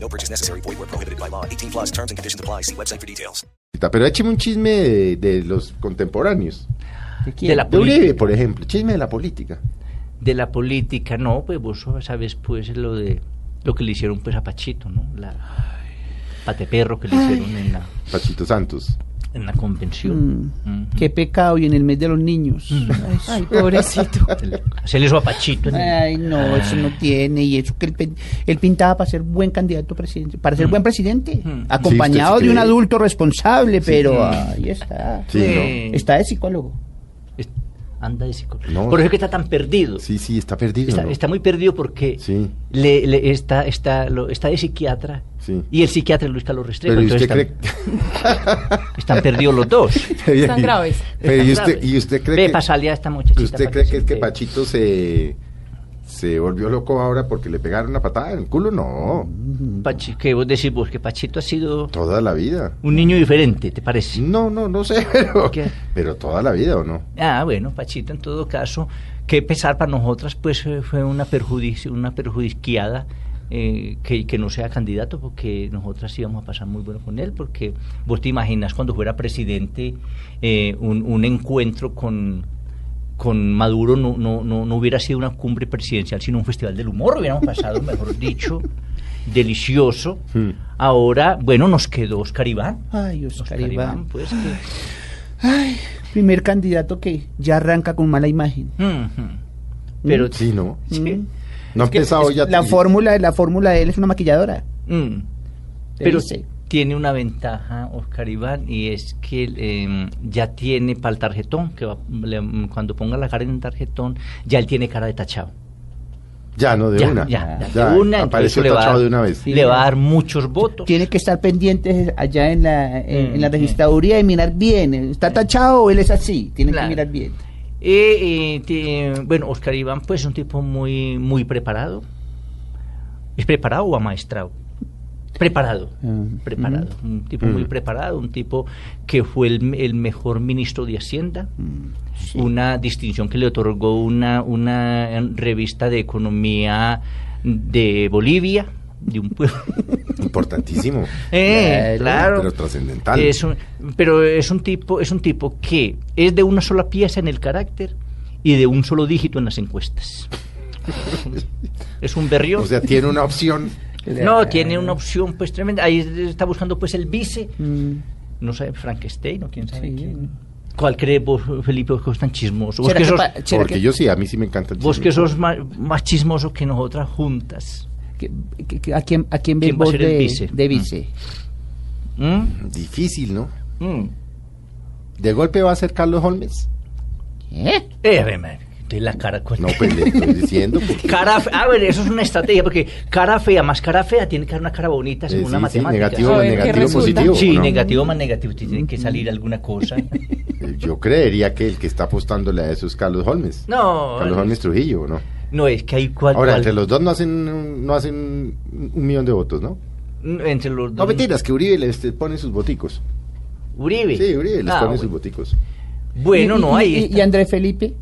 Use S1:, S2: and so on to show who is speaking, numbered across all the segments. S1: No purchase necessary. Void where prohibited by law. 18 plus terms and conditions apply. See website for details.
S2: Pero écheme un chisme de, de los contemporáneos.
S3: ¿De quién?
S2: De, la Uribe, por ejemplo. Chisme de la política.
S3: De la política, no, pues vos sabes pues lo de lo que le hicieron pues a Pachito, ¿no? La pate perro que le hicieron en la,
S2: Pachito Santos.
S3: en la
S4: Mm.
S3: convención. Ujú.
S4: Qué pecado, y en el mes de los niños.
S5: Ay, pobrecito.
S3: Se le hizo a Pachito. en el- Ah,
S4: Ay, no, eso no tiene. Y eso que él, pen- él pintaba para ser buen candidato a presidente, para ser buen presidente,
S2: Sí,
S4: acompañado
S2: usted sí
S4: de un
S2: cree.
S4: adulto responsable, pero ahí está.
S2: Sí,
S3: Eh,
S4: Está de psicólogo.
S3: es- Anda de psicólogo.
S2: No.
S3: Por eso es que está tan perdido.
S2: ¿no? Sí, sí, está perdido.
S3: Está,
S2: ¿no?
S3: está muy perdido porque
S2: Sí.
S3: le, le- está, está, lo- está de psiquiatra
S2: Sí.
S3: y el psiquiatra es Luis Carlos Restrepo.
S2: Pero ¿y
S3: entonces
S2: usted cree
S3: están, están perdidos los dos.
S2: Están
S6: graves.
S2: Pero ¿y
S3: Están
S2: usted,
S3: graves.
S2: y usted cree
S3: Ve,
S2: que...
S3: pasale a esta muchachita.
S2: ¿Usted
S3: para
S2: cree que es
S3: se
S2: que
S3: entere.
S2: Pachito se, se volvió loco ahora porque le pegaron una patada en el culo? No,
S3: Pachi- que vos decís vos que Pachito ha sido
S2: toda la vida.
S3: un niño diferente, ¿te parece?
S2: No, no, no sé, pero,
S3: ¿Qué?
S2: pero toda la vida o no.
S3: Ah, bueno, Pachito, en todo caso, qué pesar para nosotras, pues eh, fue una, perjudici una perjudiciada eh, que, que no sea candidato, porque nosotras íbamos a pasar muy bueno con él, porque vos te imaginas cuando fuera presidente eh, un, un encuentro con, con Maduro no, no, no, no hubiera sido una cumbre presidencial, sino un festival del humor, hubiéramos pasado, mejor dicho, delicioso.
S2: Hmm.
S3: Ahora, bueno, nos quedó Oscar Iván.
S4: Ay, Oscar
S3: Oscar
S4: Iván.
S3: Iván, pues que...
S4: Primer candidato que ya arranca con mala imagen. Mm.
S3: Ujú. Pero
S2: Sí, no.
S3: Sí.
S2: No ha
S4: Es que
S2: empezado
S4: es-
S2: ya.
S4: la fórmula, la fórmula de él es una maquilladora.
S3: Mm.
S4: Te
S3: Pero
S4: dice.
S3: tiene una ventaja, Oscar Iván, y es que eh, ya tiene para el tarjetón, que va- le- mm, cuando ponga la cara en el tarjetón, ya él tiene cara de tachado.
S2: Ya, no, de
S3: ya,
S2: una. Ah,
S3: Ya, ya,
S2: Ya,
S3: de una,
S2: Aparece
S3: entonces le va a
S2: tachado
S3: dar-
S2: de una vez.
S3: Le va a dar muchos votos.
S4: Tiene que estar pendientes allá en la, en,
S3: Mm,
S4: en la
S3: mm.
S4: registraduría y mirar bien. ¿Está tachado o él es así? Tienen
S3: Claro.
S4: que mirar bien.
S3: Eh, eh, te- bueno, Oscar Iván, pues es un tipo muy, muy preparado. ¿Es preparado o amaestrado? Preparado.
S4: Mm.
S3: Preparado. Un tipo muy
S2: Mm.
S3: preparado, un tipo que fue el, el mejor ministro de Hacienda.
S4: Mm,
S3: Una distinción que le otorgó una, una eh, revista de economía de Bolivia, de un pueblo.
S2: Importantísimo.
S3: Eh,
S2: Claro.
S3: claro.
S2: Pero trascendental.
S3: Es un- pero es un tipo, es un tipo que es de una sola pieza en el carácter y de un solo dígito en las encuestas. es un berrión.
S2: O sea, tiene una opción.
S3: no, tiene una opción pues tremenda. Ahí está buscando pues el vice.
S4: Mm.
S3: No sabe Frankenstein o quién sabe
S4: Sí.
S3: quién. ¿Cuál crees vos, Felipe, vos que sos tan chismoso? Vos
S4: ¿Será
S3: que
S4: que
S3: sos,
S4: pa- será
S2: Porque
S4: que-
S2: yo sí, a mí sí me encanta el
S3: vos
S2: chisme.
S3: que sos ma- más, chismoso que nosotras juntas.
S4: que- que- que- ¿A quién, a quién, ves
S3: ¿Quién va a
S4: vos
S3: ser el
S4: de
S3: vice?
S4: de vice?
S3: ¿Mm?
S2: Difícil, ¿no?
S3: ¿Mm?
S2: De golpe va a ser Carlos Holmes.
S4: ¿Eh?
S3: Eh, a ver, madre, de la cara con-
S2: No, pues le estoy diciendo. porque-
S3: Cara fe- a ver, eso es una estrategia, porque cara fea más cara fea tiene que dar una cara bonita según
S2: Eh,
S3: la
S2: sí, sí,
S3: matemática.
S2: negativo,
S6: A ver, ¿qué
S2: negativo,
S6: resulta?
S2: positivo.
S3: Sí,
S2: ¿no? Mm.
S3: negativo más negativo, tiene que salir alguna cosa.
S2: Eh, Yo creería que el que está apostándole a eso es Carlos Holmes.
S3: No,
S2: Carlos Holmes Trujillo, ¿no?
S3: no es que hay cual,
S2: Ahora,
S3: cual-
S2: entre los dos no hacen, un- no hacen un un millón de votos, ¿no?
S3: Mm, entre los
S2: No
S3: dos.
S2: mentiras, que Uribe les pone sus boticos.
S3: Uribe.
S2: Sí, Uribe les
S3: Ah,
S2: pone
S3: bueno.
S2: sus boticos.
S3: Bueno,
S4: Y-
S3: no
S4: y-
S3: hay.
S4: Y, y Andrés Felipe,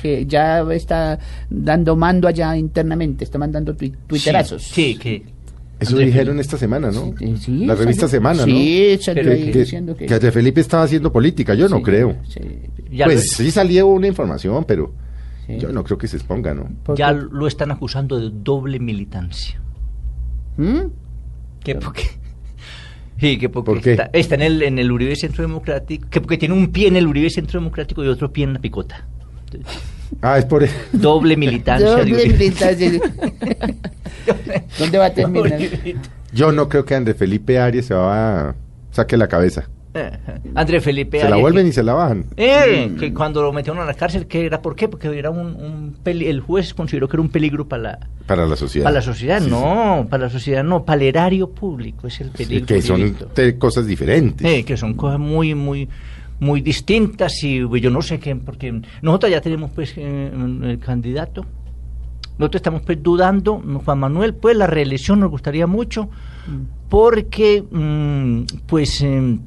S4: que ya está dando mando allá internamente, está mandando tui- tuiterazos.
S3: Sí, que.
S2: Eso
S3: André
S2: dijeron esta semana, ¿no?
S4: Sí, sí,
S2: La revista
S4: salió-
S2: Semana, ¿no?
S4: Sí, salió
S3: Pero
S4: ahí
S2: Que,
S4: diciendo que...
S2: que André Felipe estaba haciendo política, yo no
S4: sí,
S2: creo.
S4: sí,
S3: Ya,
S2: pues
S3: lo,
S2: sí salió una información, pero
S4: sí.
S2: yo no creo que se exponga, ¿no?
S4: Porque-
S3: ya lo están acusando de doble militancia.
S4: ¿Mm?
S3: ¿Qué? ¿Por qué? Sí, que porque
S2: ¿Por qué?
S3: Está, está en, el, en el Uribe Centro Democrático, que porque tiene un pie en el Uribe Centro Democrático y otro pie en la picota.
S2: Ah, es por...
S3: Doble militancia. de
S4: Doble
S3: Uribe.
S4: militancia. ¿Dónde va a terminar?
S3: Uribe.
S2: Yo no creo que André Felipe Arias se va a... saque la cabeza.
S3: André Felipe.
S2: Se la
S3: Arias,
S2: vuelven
S3: que-
S2: y Mm. se la bajan.
S3: eh, que cuando lo metieron a la cárcel, que era por qué? Porque era un, un peli- el juez consideró que era un peligro para la,
S2: Para la sociedad.
S3: para la sociedad,
S2: Sí,
S3: no, para la sociedad no, para el erario público es el
S2: sí.
S3: peligro.
S2: que son
S3: directo.
S2: tres cosas diferentes.
S3: Eh, que son cosas muy, muy, muy distintas y pues, yo no sé qué, porque nosotros ya tenemos pues eh, el candidato. Nosotros estamos pues dudando, no, Juan Manuel, pues la reelección nos gustaría mucho, porque mm, pues eh,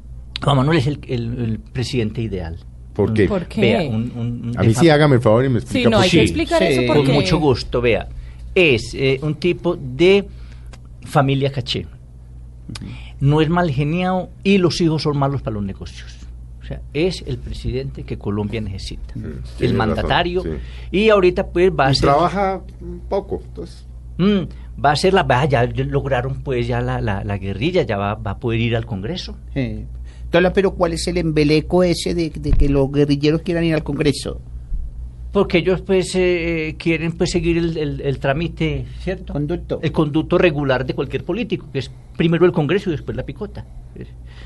S3: Juan Manuel es el, el- el presidente ideal.
S2: ¿Por qué?
S6: ¿Por qué?
S3: Vea, un- un- un-
S2: A mí sí hágame el favor y me explica. Pues
S6: Sí, no,
S2: por
S6: hay
S2: qué.
S6: que explicar
S4: sí,
S6: eso porque...
S3: Con mucho gusto, vea. Es eh, un tipo de familia caché. No es mal geniado y los hijos son malos para los negocios. O sea, es el presidente que Colombia necesita.
S2: tiene
S3: el
S2: razón,
S3: mandatario.
S2: sí.
S3: Y ahorita pues va a
S2: Y
S3: ser...
S2: trabaja un poco. Entonces,
S3: Mm, va a ser la... ah, ya lograron pues ya la, la- la guerrilla, ya va, va a poder ir al Congreso.
S4: Eh, Tola, pero ¿cuál es el embeleco ese de, de que los guerrilleros quieran ir al Congreso?
S3: Porque ellos pues eh, quieren pues seguir el, el- el trámite, ¿cierto?
S4: Conducto.
S3: El conducto regular de cualquier político, que es primero el Congreso y después la picota.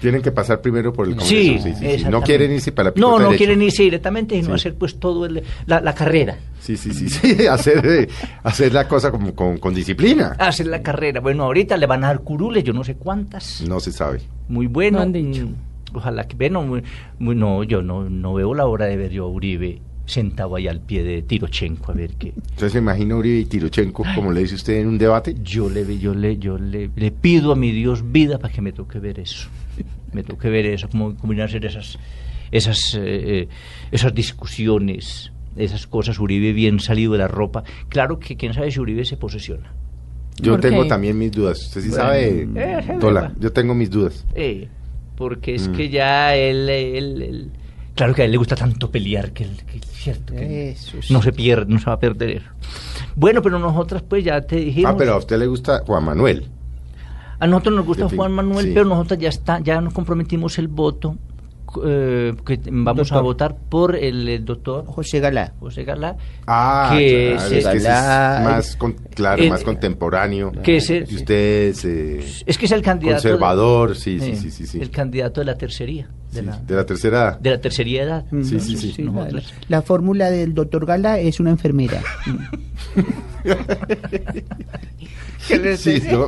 S2: tienen que pasar primero por el Congreso. sí, sí,
S3: Sí,
S2: sí. No
S3: exactamente.
S2: quieren irse para la
S3: No,
S2: picota
S3: no
S2: derecha.
S3: quieren irse directamente, sino
S2: Sí.
S3: hacer pues todo el- la, la carrera.
S2: Sí, sí, sí, sí. hacer, eh, hacer la cosa como con, con disciplina.
S3: Hacer la carrera. Bueno, ahorita le van a dar curules, yo no sé cuántas.
S2: No se sabe.
S3: Muy bueno.
S6: No han dicho.
S3: Mm, Ojalá que bueno, muy- muy- no, yo no, no veo la hora de ver yo a Uribe sentado ahí al pie de Tirochenko a ver qué.
S2: Entonces me imagino a Uribe y Tirochenko, como le dice usted en un debate.
S3: Yo le yo le yo le, le pido a mi Dios vida para que me toque ver eso. Me toque ver eso, como combinarse esas esas eh, eh, esas discusiones, esas cosas Uribe bien salido de la ropa. Claro que quién sabe si Uribe se posesiona.
S2: Yo
S6: ¿Por
S2: tengo
S6: qué?
S2: también mis dudas. Usted sí sabe,
S3: eh,
S2: Tola.
S3: verdad.
S2: Yo tengo mis dudas.
S3: Eh, porque es
S2: Mm.
S3: que ya él, él- él- claro que a él le gusta tanto pelear que, él- que es cierto
S2: Eh.
S3: que
S4: Eso
S3: no
S4: sí.
S3: se pierde, no se va a perder. eso. Bueno, pero nosotras pues ya te dijimos.
S2: Ah, pero a usted le gusta Juan Manuel.
S3: A nosotros nos gusta
S2: Defin-
S3: Juan Manuel,
S2: sí.
S3: pero nosotros ya está, ya nos comprometimos el voto, eh, que vamos a
S4: Doctor.
S3: votar por el, eh, doctor
S4: José Galá.
S3: José Galá,
S2: Ah,
S3: Que
S2: claro,
S3: se-
S2: es que ese es
S4: la-
S2: más, con- claro,
S3: Eh,
S2: más contemporáneo.
S3: que es el-
S2: Y usted es eh,
S3: es que es el candidato de-
S2: conservador, sí, sí,
S3: eh,
S2: sí, sí, sí.
S3: el candidato de la tercería, de,
S2: Sí,
S3: la,
S2: de la tercera edad.
S3: de la tercería edad.
S2: Sí, sí, sí.
S4: la- la,
S3: Nosotros.
S4: la fórmula del doctor Gala es una enfermera.
S2: Sí, ¿no?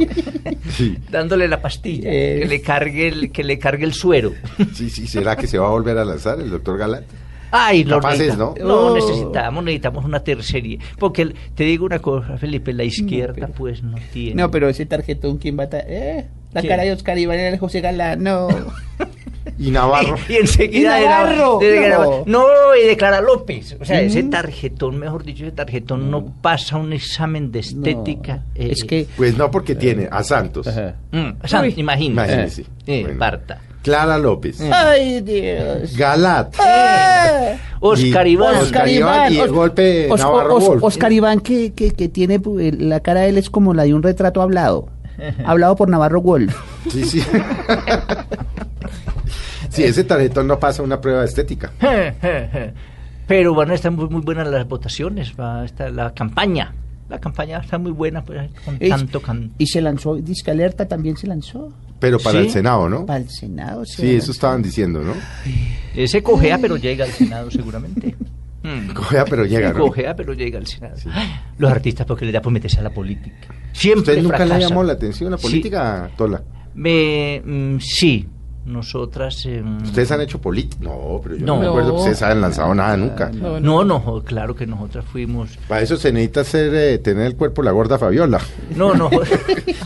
S2: sí,
S3: dándole la pastilla,
S4: Eh.
S3: que le cargue el, que le cargue el suero.
S2: sí, sí, ¿será que se va a volver a lanzar el doctor Galán?
S3: Ay, lo
S2: Capaces,
S3: necesitamos.
S2: ¿no?
S3: No,
S4: Oh.
S3: necesitamos, necesitamos una tercería. Porque el- te digo una cosa, Felipe, la izquierda pues no tiene.
S4: no, pero ese tarjetón, ¿quién va a... ta- eh, la
S3: ¿Quién?
S4: cara de Oscar Iván era el José Galá. No.
S2: Y Navarro.
S3: Y enseguida
S4: Y
S3: de Nav-
S4: Navarro,
S3: de- de-
S4: no.
S3: no, y de Clara López. O sea, ese
S4: Mm.
S3: tarjetón, mejor dicho, ese tarjetón no, pasa un examen de estética.
S4: No.
S3: eh,
S4: es que...
S2: Pues no, porque tiene a Santos.
S4: Ajá.
S3: mm, San- imagínate.
S2: Imagínese.
S3: Eh,
S2: Bueno.
S3: Parta.
S2: Clara López.
S4: Ay, Dios.
S2: Galat.
S3: Eh,
S4: Ah.
S3: Oscar
S2: Y-
S3: Iván.
S2: Oscar Iván y el
S4: Os-
S2: golpe de
S4: Os-
S2: Navarro
S4: Os-
S2: Wolf.
S4: Oscar Iván que, que, que tiene pues, la cara de él es como la de un retrato hablado, hablado por Navarro Wolf.
S2: Sí, sí. sí, ese tarjetón no pasa una prueba estética.
S3: Pero van a estar muy, muy buenas las votaciones, va a estar la campaña. La campaña está muy buena, pues, con
S4: Es-
S3: tanto canto.
S4: Y se lanzó, Disque Alerta también se lanzó
S2: Pero para
S3: Sí.
S2: el Senado, ¿no?
S4: para el Senado. se
S2: Sí, eso
S4: lanzó.
S2: estaban diciendo, ¿no?
S3: Ese Eh, cojea, pero llega al Senado seguramente. Mm.
S2: Cojea, pero llega, ¿no?
S3: Cojea, pero llega al Senado. Ay, Los artistas, porque les da por meterse a la política. Siempre
S2: ¿Usted nunca le
S3: fracasan.
S2: llamó la atención la
S3: Sí.
S2: política, Tola?
S3: Me, mm, sí, nosotras. eh, mm,
S2: ¿Ustedes han hecho política? No, pero yo no,
S3: No.
S2: me acuerdo que
S6: No.
S2: ustedes hayan lanzado nada nunca.
S6: No, no.
S3: No, no, claro que nosotras fuimos.
S2: Para eso se necesita ser, eh, tener el cuerpo la gorda Fabiola.
S3: No, no,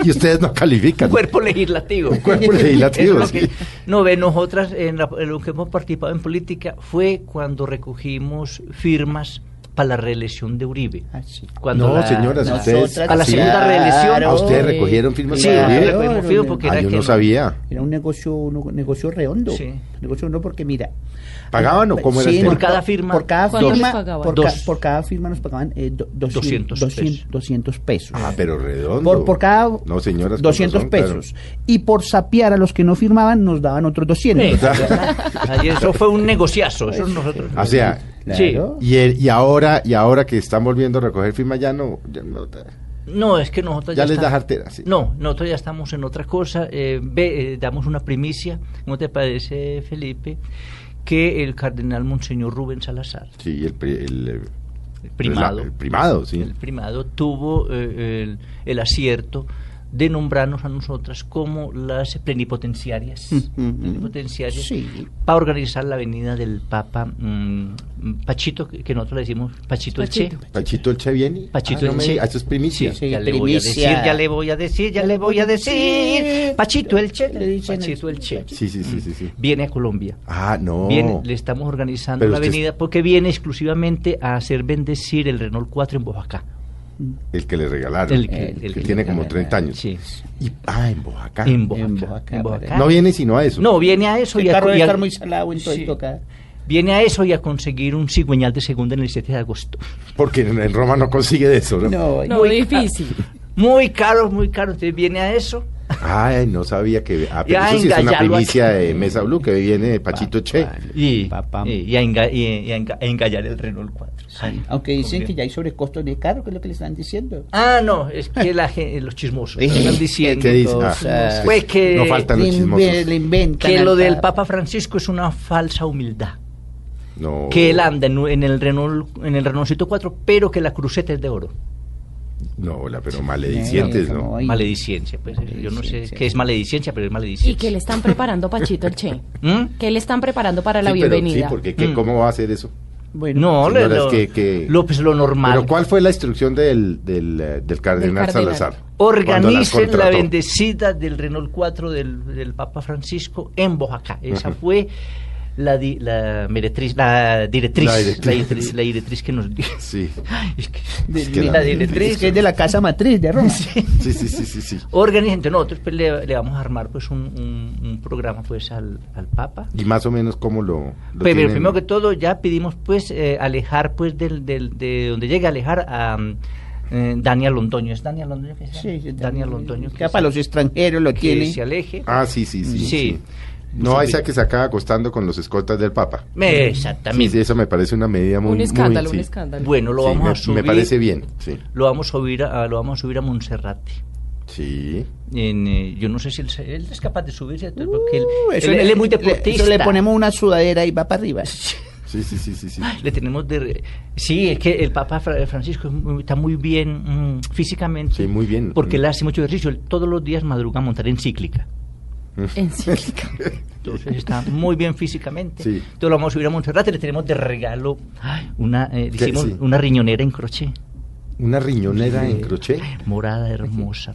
S2: Y ustedes no califican.
S3: cuerpo legislativo.
S2: Cuerpo legislativo,
S3: Eso es lo
S2: sí.
S3: que- No, ve, nosotras en, la- en lo que hemos participado en política fue cuando recogimos firmas para la reelección de Uribe.
S4: Ah, sí.
S3: Cuando
S2: No,
S3: la-
S2: señoras,
S3: la-
S2: ustedes-
S3: a la segunda reelección.
S2: ¿A ustedes recogieron firmas
S3: Sí,
S2: para
S4: claro,
S2: Uribe?
S3: recogimos firmas porque
S2: Ah,
S3: era
S2: yo
S3: que
S2: no
S3: no-
S2: sabía.
S4: Era un negocio, un negocio redondo.
S3: Sí.
S4: Negocio redondo porque mira. eh,
S2: ¿Pagaban o cómo era
S4: Sí,
S2: el
S4: no,
S3: Por
S2: tema?
S3: cada firma.
S4: Por cada
S6: ¿Cuánto
S4: firma,
S6: les pagaban?
S4: por,
S3: Dos.
S4: ca- por cada firma nos pagaban eh, do-
S3: 200
S4: 200, 200, 200 pesos.
S2: Ah, pero redondo.
S4: por, por cada
S2: No, señoras. con
S4: 200
S2: razón, claro.
S4: pesos. Y por sapear a los que no firmaban nos daban otros 200.
S3: Sí, ayer eso fue un negociazo. Eso nosotros.
S2: O sea,
S4: Claro.
S3: Sí.
S2: y, el- y ahora y ahora que están volviendo a recoger firmas, ya no. ya no-
S3: No, es que nosotros
S2: Ya les
S3: está-
S2: da jartera, sí.
S3: No, nosotros ya estamos en otra cosa. eh, ve, eh, damos una primicia. ¿Cómo te parece, Felipe? Que el cardenal Monseñor Rubén Salazar,
S2: Sí, el, pri- el, eh,
S3: el primado,
S2: el- el primado, sí.
S3: el primado tuvo eh, el, el acierto de nombrarnos a nosotras como las plenipotenciarias,
S4: Mm, mm,
S3: plenipotenciarias
S4: Sí.
S3: para organizar la venida del Papa mm, Pachito, que que nosotros le decimos Pachito, el Che.
S5: Pachito.
S2: Pachito el Che viene.
S3: Pachito
S2: Ah, no
S3: el
S2: me
S3: Che.
S2: diga, Esto es primicia.
S4: Sí, sí.
S3: ya le voy a decir,
S4: primicia.
S3: ya le voy a decir, ya le voy a decir. Pachito el Che,
S4: Le dicen
S3: Pachito el Che.
S2: Sí, sí, sí, sí, sí.
S3: Viene a Colombia.
S2: Ah, no.
S3: Viene, le estamos organizando
S2: Pero
S3: la
S2: usted-
S3: venida porque viene exclusivamente a hacer bendecir el Renault 4 en Oaxaca.
S2: El que le regalaron.
S3: El que-
S2: que,
S3: el que
S2: tiene
S4: le
S2: como
S4: regalaron,
S2: 30 años.
S3: Sí.
S2: Y, ah, en Oaxaca.
S3: En Oaxaca.
S4: En Oaxaca,
S3: en
S4: parece.
S3: Oaxaca.
S2: No viene sino a eso.
S3: No, viene a eso
S4: El
S3: y a,
S4: carro
S3: y
S4: debe
S3: a-
S4: estar muy salado, entonces
S3: Sí.
S4: toca.
S3: viene a eso y a conseguir un cigüeñal de segunda en el 7 de agosto.
S2: Porque en, en Roma no consigue de eso, ¿no?
S4: No,
S5: No,
S3: Muy
S5: difícil.
S3: Muy caro, muy caro. Entonces viene a eso.
S2: Ay, no sabía que. Ah, pero
S3: Ya
S2: eso sí es una
S3: engallarlo
S2: primicia
S3: aquí.
S2: de Mesa Blue que viene Pachito Che.
S3: Y,
S4: Papá.
S3: y, y a, enga- y- y a enga- a engallar el Renault 4. Ay,
S4: Aunque Ah, dicen
S3: hombre.
S4: que ya hay sobrecostos de carro, que es lo que le están diciendo.
S3: Ah, no, es que la gen- los chismosos están diciendo
S2: ¿Qué dice? Ah,
S4: cosas.
S3: Pues que-
S2: no faltan los
S4: Le inve-
S2: chismosos.
S4: le inventan
S3: que
S4: al
S3: lo del
S4: carro.
S3: Papa Francisco es una falsa humildad.
S4: Oh.
S2: No.
S3: Que él anda en, en el Renault, en el Renaultcito 4, pero que la cruceta es de oro.
S2: No, la, pero maledicientes,
S4: Sí,
S2: ¿no?
S4: como- Ay.
S3: Malediciencia, pues eh, yo no sé
S4: Malediciencia.
S3: qué es malediciencia, pero es
S6: Y
S3: malediciencia.
S6: que le están preparando Pachito el Che.
S3: ¿Mm?
S6: ¿Qué le están preparando para la
S2: Sí, pero-
S6: bienvenida?
S2: sí, porque ¿qué-
S3: Mm.
S2: ¿cómo va a hacer eso?
S4: Bueno,
S3: No, le-
S2: Señora, es
S3: lo,
S2: que- que-
S3: lo- pues, lo normal.
S2: Pero ¿cuál fue la instrucción del, del, eh, del cardenal,
S6: cardenal.
S2: Salazar? Cuando las
S3: Organicen la
S2: contrató.
S3: bendecida del Renault 4 del, del Papa Francisco en Oaxaca. Esa
S2: Ujú.
S3: fue la, di- la, meretriz- la directriz,
S2: La
S3: la
S2: directriz.
S3: directriz, la directriz que nos dio.
S2: Sí.
S3: Ay, es que-
S4: de-
S2: Es que
S4: de-
S2: la-
S3: directriz.
S4: es que es de la casa matriz de Roma. Sí.
S2: Sí, sí, sí, sí, sí.
S3: Organicen, entonces nosotros pues, le, le vamos a armar pues un, un- un programa pues al, al Papa.
S2: Y más o menos cómo lo, lo
S3: Pero
S2: tienen?
S3: primero que todo ya pedimos pues eh, alejar pues del, del- de donde llega a alejar a mm, eh, Daniel Londoño. ¿Es Daniel Londoño? que se llama?
S4: sí,
S3: Daniel Londoño.
S4: Que para los extranjeros lo
S3: que
S4: tiene.
S3: se aleje.
S2: Ah, sí, sí, sí.
S3: Sí.
S2: sí. No, esa que se acaba acostando con los escoltas del Papa.
S3: Eh,
S2: Sí,
S3: Exactamente.
S2: sí, eso me parece una medida muy...
S6: un
S2: muy-
S6: escándalo,
S2: sí.
S6: un escándalo.
S3: Bueno, lo
S2: Sí,
S3: vamos
S2: me,
S3: a subir.
S2: me parece bien, sí.
S3: Lo vamos a subir a, lo vamos a subir a Monserrate.
S2: Sí.
S3: En, eh, yo no sé si él, se- él es capaz de subirse porque él,
S4: Uh, eso
S3: él-
S4: le-
S3: él es muy
S4: le-
S3: deportista.
S4: eso Le, ponemos una sudadera y va para arriba.
S2: Sí, sí, sí, sí, sí.
S3: Le tenemos de... re- Sí, es que el Papa Fra- Francisco es muy- está muy bien mm, físicamente.
S2: Sí, muy bien.
S3: Porque él hace mucho ejercicio. Él todos los días madruga a montar encíclica.
S6: Encíclica.
S3: Entonces está muy bien físicamente.
S2: Sí.
S3: Entonces lo vamos a subir a Monserrate. Le tenemos de regalo ay, una, eh, le
S2: ¿Qué?
S3: hicimos
S2: Sí.
S3: una riñonera en crochet.
S2: Una riñonera en crochet.
S3: Morada hermosa.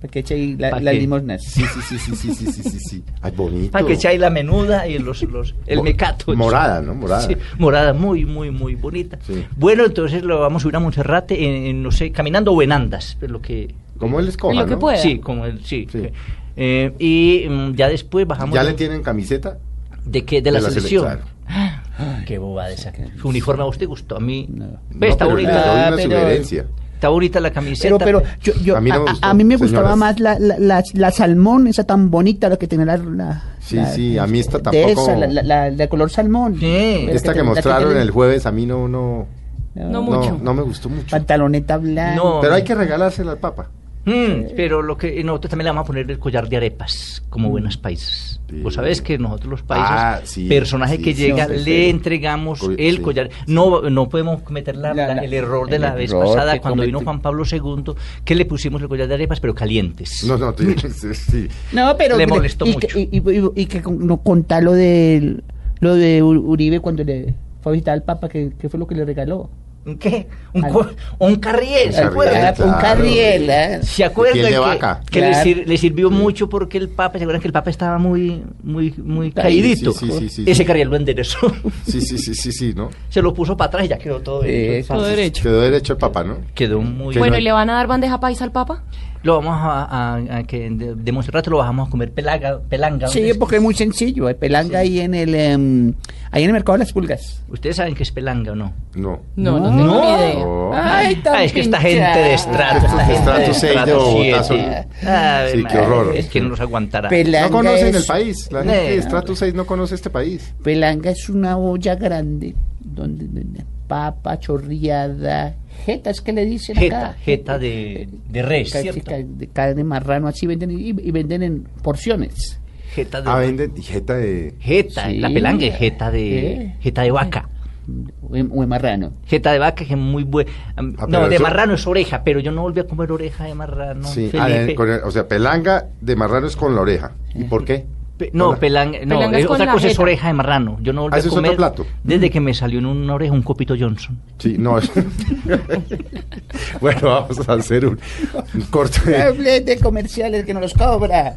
S4: Para que eche ahí la-
S3: ¿Pa
S4: las
S3: qué?
S4: limosnas.
S2: Sí, sí, sí, sí, sí, sí, sí, sí, sí. Ay, bonito.
S3: Para Ah, que echáis la menuda y los, los, el
S2: Mo-
S3: mecato.
S2: morada, ¿no? Morada.
S3: Sí, morada muy, muy, muy bonita.
S2: Sí.
S3: Bueno, entonces lo vamos a subir a Monserrate, en, en, no sé, caminando o en andas, pero lo que...
S2: Como él escoja,
S6: Lo que
S2: ¿no?
S6: pueda.
S3: Sí, como el, sí.
S2: Sí.
S3: Eh, y mm, ya después bajamos...
S2: ¿Ya
S3: de-
S2: le tienen camiseta?
S3: ¿De qué? De la,
S2: de la
S3: selección.
S2: selección.
S3: Ah, Qué bobada esa. Su uniforme a usted gustó, a mí...
S4: No.
S3: Ve,
S2: No,
S3: está
S2: pero le
S3: bonita.
S2: doy
S4: Ah,
S2: una
S4: pero-
S2: sugerencia.
S3: Está bonita la camiseta.
S4: Pero, pero yo, yo-
S2: A
S4: a,
S2: mí no me
S4: a-
S2: gustó,
S4: a mí me gustaba
S2: señoras.
S4: más la, la, la, la salmón, esa tan bonita, la que tenía la... la-
S2: Sí,
S4: la- este,
S2: sí, a mí esta
S4: de
S2: tampoco-
S4: esa, la, la- la de color salmón.
S3: Sí.
S4: Pero
S2: Esta que
S4: te- la
S2: mostraron
S4: tiene-
S2: el jueves a mí no, no,
S6: No
S2: no,
S6: mucho.
S2: no me gustó mucho.
S4: Pantaloneta blanca.
S3: No.
S2: Pero hay que regalársela al Papa.
S3: Mm, pero lo que nosotros también le vamos a poner el collar de arepas,
S4: Mm.
S3: como buenas paisas.
S2: Sí.
S3: Vos sabés que nosotros los paisas,
S2: Ah, sí,
S3: personaje
S2: sí,
S3: que
S2: sí,
S3: llega,
S2: sí,
S3: le
S2: sí.
S3: entregamos
S2: Co-
S3: el
S2: sí,
S3: collar. No, no podemos cometer la-
S4: La-
S3: la-
S4: la-
S3: el error de
S4: el
S3: la vez
S4: error
S3: pasada
S4: que
S3: cuando vino
S4: comete-
S3: Juan Pablo II, que le pusimos el collar de arepas, pero calientes.
S2: No, no, sí, sí, sí.
S4: No, pero...
S3: Le molestó
S4: y,
S3: mucho.
S4: Que, y, y- y- y que con- no contá lo de, lo de U- Uribe cuando le fue a visitar al Papa, que, que fue lo que le regaló.
S3: ¿Un qué? Un,
S4: Al-
S3: co- un carriel, ¿se
S2: Un
S3: acuerdan?
S4: Ah, Un
S2: claro.
S4: carriel, ¿eh?
S3: ¿Se acuerdan
S2: Piel de
S3: que,
S2: vaca.
S3: que le,
S4: Claro.
S3: sir- le sirvió mucho porque el Papa, ¿se acuerdan que el Papa estaba muy, muy, muy caídito?
S2: sí, sí, sí, sí.
S3: Ese carriel lo enderezó,
S2: Sí, sí, sí, sí, sí, ¿no?
S3: se lo puso para atrás y ya quedó todo derecho.
S4: Esa.
S6: Todo derecho.
S2: Quedó derecho el Papa, ¿no?
S3: Quedó muy
S2: Que
S6: Bueno,
S2: no-
S6: ¿y le van a dar bandeja paisa al Papa?
S3: Lo vamos a, a- a que de, de Monserrate lo bajamos a comer pelaga, pelanga.
S4: Sí,
S3: ¿dónde es?
S4: porque es muy sencillo. Hay pelanga ahí en el em, ahí en el mercado de las pulgas.
S3: Ustedes saben que es pelanga o no.
S2: No.
S6: No, no,
S4: No.
S6: tengo ni idea.
S2: No.
S3: Ah, es que esta gente de estrato,
S2: Estos de
S3: esta gente
S2: estrato seis de Bogotá
S3: siete.
S2: son-
S3: Ave
S2: Sí, qué
S3: madre,
S2: horror.
S3: Es que no los aguantará.
S4: Pelanga
S2: No conocen
S4: es-
S2: el país. La gente de
S3: No.
S2: Estrato 6 no conoce este país.
S4: Pelanga es una olla grande donde venden papa chorreada, Jeta, es que le dicen
S3: Jeta,
S4: acá.
S3: jeta de, de res,
S4: Casi
S3: ¿cierto?
S4: ca- de carne marrano, así venden y, y venden en porciones.
S3: Jeta de
S2: Ah, venden y jeta de...
S3: Jeta,
S4: Sí.
S3: la pelanga es jeta de,
S4: ¿Eh?
S3: jeta de vaca.
S4: O en, o en marrano.
S3: Jeta de vaca que es muy buena.
S2: Ah,
S3: no,
S2: pero
S3: de
S2: eso-
S3: marrano es oreja, pero yo no volví a comer oreja de marrano.
S2: Sí, ah,
S3: Felipe.
S2: de- con el- o sea, pelanga de marrano es con la oreja. ¿Y por qué?
S3: Pe- no,
S2: Hola.
S3: pelang- no,
S6: Pelanga es
S3: eh,
S6: con
S3: otra
S6: la
S3: cosa es
S6: jeta.
S3: oreja de marrano. Yo no volví
S2: Ah,
S3: a
S2: ese es otro
S3: comer
S2: plato. Mm.
S3: desde que me salió en una oreja un copito Johnson.
S2: Sí, no es... bueno, vamos a hacer un, un corte.
S4: Hablé de comerciales que no los cobra.